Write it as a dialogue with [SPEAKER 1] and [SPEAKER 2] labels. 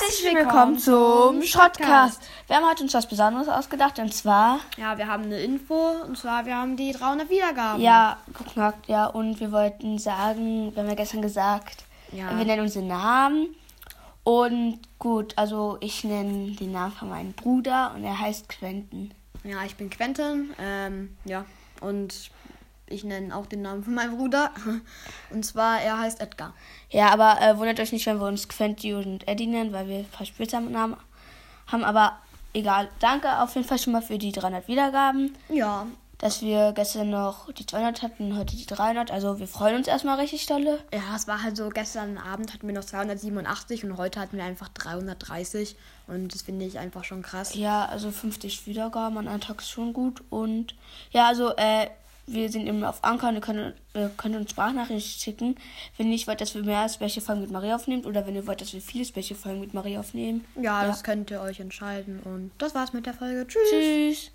[SPEAKER 1] Herzlich willkommen zum Schrottcast. Wir haben heute uns was Besonderes ausgedacht und zwar,
[SPEAKER 2] Ja, wir haben eine Info und zwar wir haben die 300 Wiedergaben.
[SPEAKER 1] ja, geknackt, ja, und wir wollten sagen, wir haben ja gestern gesagt,
[SPEAKER 2] Ja.
[SPEAKER 1] wir nennen unseren Namen. Und gut, also ich nenne den Namen von meinem Bruder und er heißt Quentin.
[SPEAKER 2] Ja, ich bin Quentin. Ähm, ja, und ich nenne auch den Namen von meinem Bruder. Und zwar, er heißt Edgar.
[SPEAKER 1] Ja, aber äh, wundert euch nicht, wenn wir uns Quentin und Eddie nennen, weil wir ein paar Spitznamen haben, aber egal. Danke auf jeden Fall schon mal für die 300 Wiedergaben.
[SPEAKER 2] Ja,
[SPEAKER 1] dass wir gestern noch die 200 hatten und heute die 300. Also wir freuen uns erstmal richtig dolle.
[SPEAKER 2] ja, es war halt so, gestern Abend hatten wir noch 287 und heute hatten wir einfach 330. Und das finde ich einfach schon krass.
[SPEAKER 1] Ja, also 50 Wiedergaben an einem Tag ist schon gut. Und ja, also äh, wir sind eben auf Anker und ihr könnt, äh, könnt uns Sprachnachrichten schicken. Wenn ihr nicht wollt, dass wir mehr Special-Folgen mit Marie aufnehmen oder wenn ihr wollt, dass wir viele Special-Folgen mit Marie aufnehmen.
[SPEAKER 2] Ja, das könnt ihr euch entscheiden. Und das war's mit der Folge. Tschüss.
[SPEAKER 1] Tschüss.